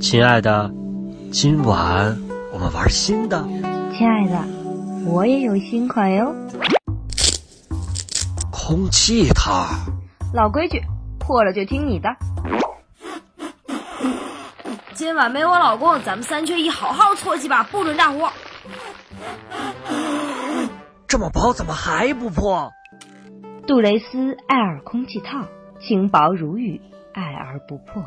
亲爱的，今晚我们玩新的。亲爱的，我也有新款哟。空气它，老规矩，破了就听你的。今晚没我老公，咱们三缺一，好好搓几把，不准炸锅。这么薄怎么还不破？杜蕾斯艾尔空气套，轻薄如羽，爱而不破。